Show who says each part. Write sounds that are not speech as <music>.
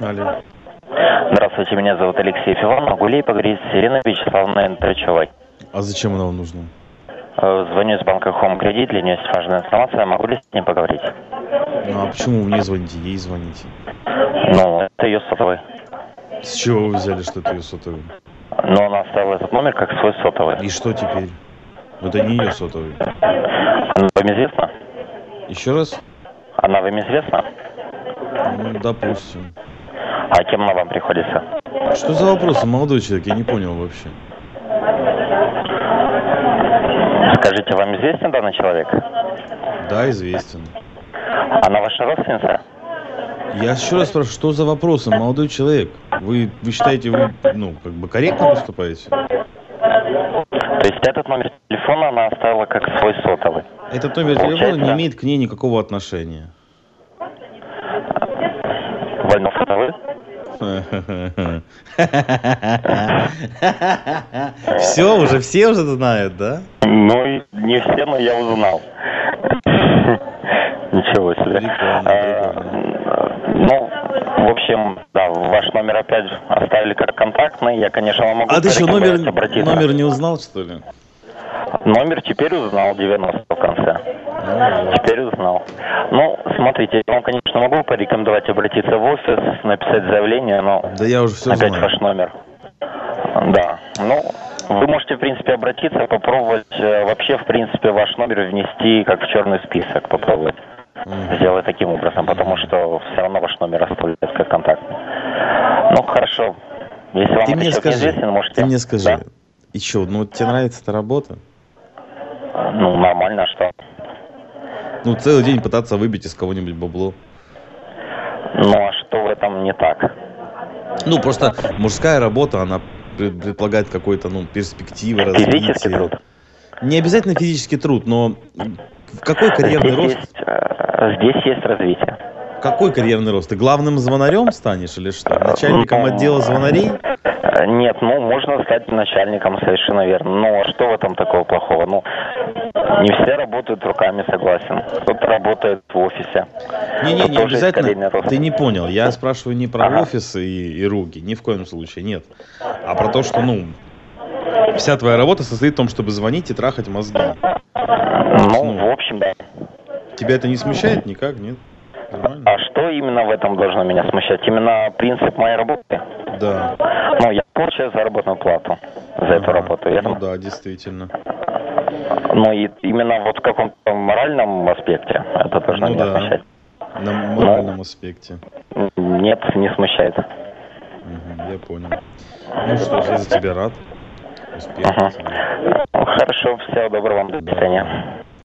Speaker 1: Алло.
Speaker 2: Здравствуйте, меня зовут Алексей Филон. Могу ли я поговорить с Ириной Вячеславовной Трачевой?
Speaker 1: А зачем она вам нужна?
Speaker 2: Э, Звоню из банка Home Credit, для нее есть важная информация. Могу ли с ней поговорить?
Speaker 1: А почему вы мне звоните, ей звоните?
Speaker 2: Ну, это ее сотовый.
Speaker 1: С чего вы взяли, что это ее сотовый?
Speaker 2: Но она оставила этот номер как свой сотовый.
Speaker 1: И что теперь? Это не ее сотовый.
Speaker 2: Она вам известна?
Speaker 1: Еще раз?
Speaker 2: Она вам известна?
Speaker 1: Ну, допустим.
Speaker 2: А кем она вам приходится?
Speaker 1: Что за вопросы, молодой человек? Я не понял вообще.
Speaker 2: Скажите, вам известен данный человек?
Speaker 1: Да, известен.
Speaker 2: Она ваша родственница?
Speaker 1: Я еще раз спрашиваю, что за вопросы, молодой человек? Вы, вы считаете, вы, ну, как бы корректно поступаете?
Speaker 2: То есть этот номер телефона она оставила как свой сотовый.
Speaker 1: Этот номер телефона не имеет к ней никакого отношения. <laughs>
Speaker 2: Вольнов, это вы?
Speaker 1: Все, уже все уже знают, да?
Speaker 2: Ну, и не все, но я узнал. <laughs> Ничего себе.
Speaker 1: Прикольно,
Speaker 2: А, Ну, в общем, да, ваш номер опять же оставили как контактный. Я, конечно, вам могу
Speaker 1: А ты что, номер,
Speaker 2: порекомендовать обратиться.
Speaker 1: номер не узнал, что ли?
Speaker 2: Номер теперь узнал 90 в конце. Теперь узнал. Ну, смотрите, я вам, конечно, могу порекомендовать обратиться в офис, написать заявление, но
Speaker 1: Да я уже все
Speaker 2: опять
Speaker 1: знаю.
Speaker 2: ваш номер. Да. Ну, вы можете, в принципе, обратиться, попробовать э, вообще, в принципе, ваш номер внести как в черный список, попробовать.
Speaker 1: Мгм.
Speaker 2: Сделай таким образом, потому что все равно ваш номер оставляется как контакт. Ну, хорошо. Если вам
Speaker 1: Ты
Speaker 2: этот
Speaker 1: мне
Speaker 2: человек
Speaker 1: скажи,
Speaker 2: неизвестен, можете...
Speaker 1: ты мне
Speaker 2: Да.
Speaker 1: скажи, еще, ну вот тебе нравится эта работа?
Speaker 2: Ну, нормально, а что.
Speaker 1: Ну, целый день пытаться выбить из кого-нибудь бабло.
Speaker 2: Ну, а что в этом не так?
Speaker 1: Ну, просто мужская работа, она пред- предполагает какой-то, ну, перспективы,
Speaker 2: Физический
Speaker 1: развитие.
Speaker 2: труд.
Speaker 1: Не обязательно физический труд, но какой карьерный
Speaker 2: Здесь
Speaker 1: рост?
Speaker 2: есть, э, здесь есть развитие.
Speaker 1: Какой карьерный рост? Ты главным звонарем станешь или что? Начальником
Speaker 2: Ну,
Speaker 1: отдела звонарей?
Speaker 2: Э, Нет, ну, можно стать начальником, совершенно верно. Ну, а что в этом такого плохого? Ну, не все работают руками, согласен. Кто-то работает в офисе.
Speaker 1: Не, не,
Speaker 2: Тут
Speaker 1: не
Speaker 2: тоже есть
Speaker 1: обязательно.
Speaker 2: карьерный рост.
Speaker 1: Ты не понял. Я спрашиваю не про
Speaker 2: Ага.
Speaker 1: офисы и, и руки, ни в коем случае нет, а про то, что ну вся твоя работа состоит в том, чтобы звонить и трахать мозги.
Speaker 2: Ну,
Speaker 1: Ну.
Speaker 2: в общем, да.
Speaker 1: Тебя это не смущает никак, нет? Нормально?
Speaker 2: А что именно в этом должно меня смущать? Именно принцип моей работы?
Speaker 1: Да.
Speaker 2: Ну, я получаю заработную плату за эту
Speaker 1: Ага.
Speaker 2: работу,
Speaker 1: Ну
Speaker 2: верно?
Speaker 1: да, действительно.
Speaker 2: Ну, и именно вот в каком-то моральном аспекте это должно
Speaker 1: Ну
Speaker 2: меня
Speaker 1: да.
Speaker 2: смущать.
Speaker 1: На
Speaker 2: Ну.
Speaker 1: моральном аспекте.
Speaker 2: М, Нет, не смущает.
Speaker 1: Мгм, я понял. Ну что ж, я за тебя рад. Успех.
Speaker 2: Ага. Ну, хорошо, всего доброго вам, до свидания.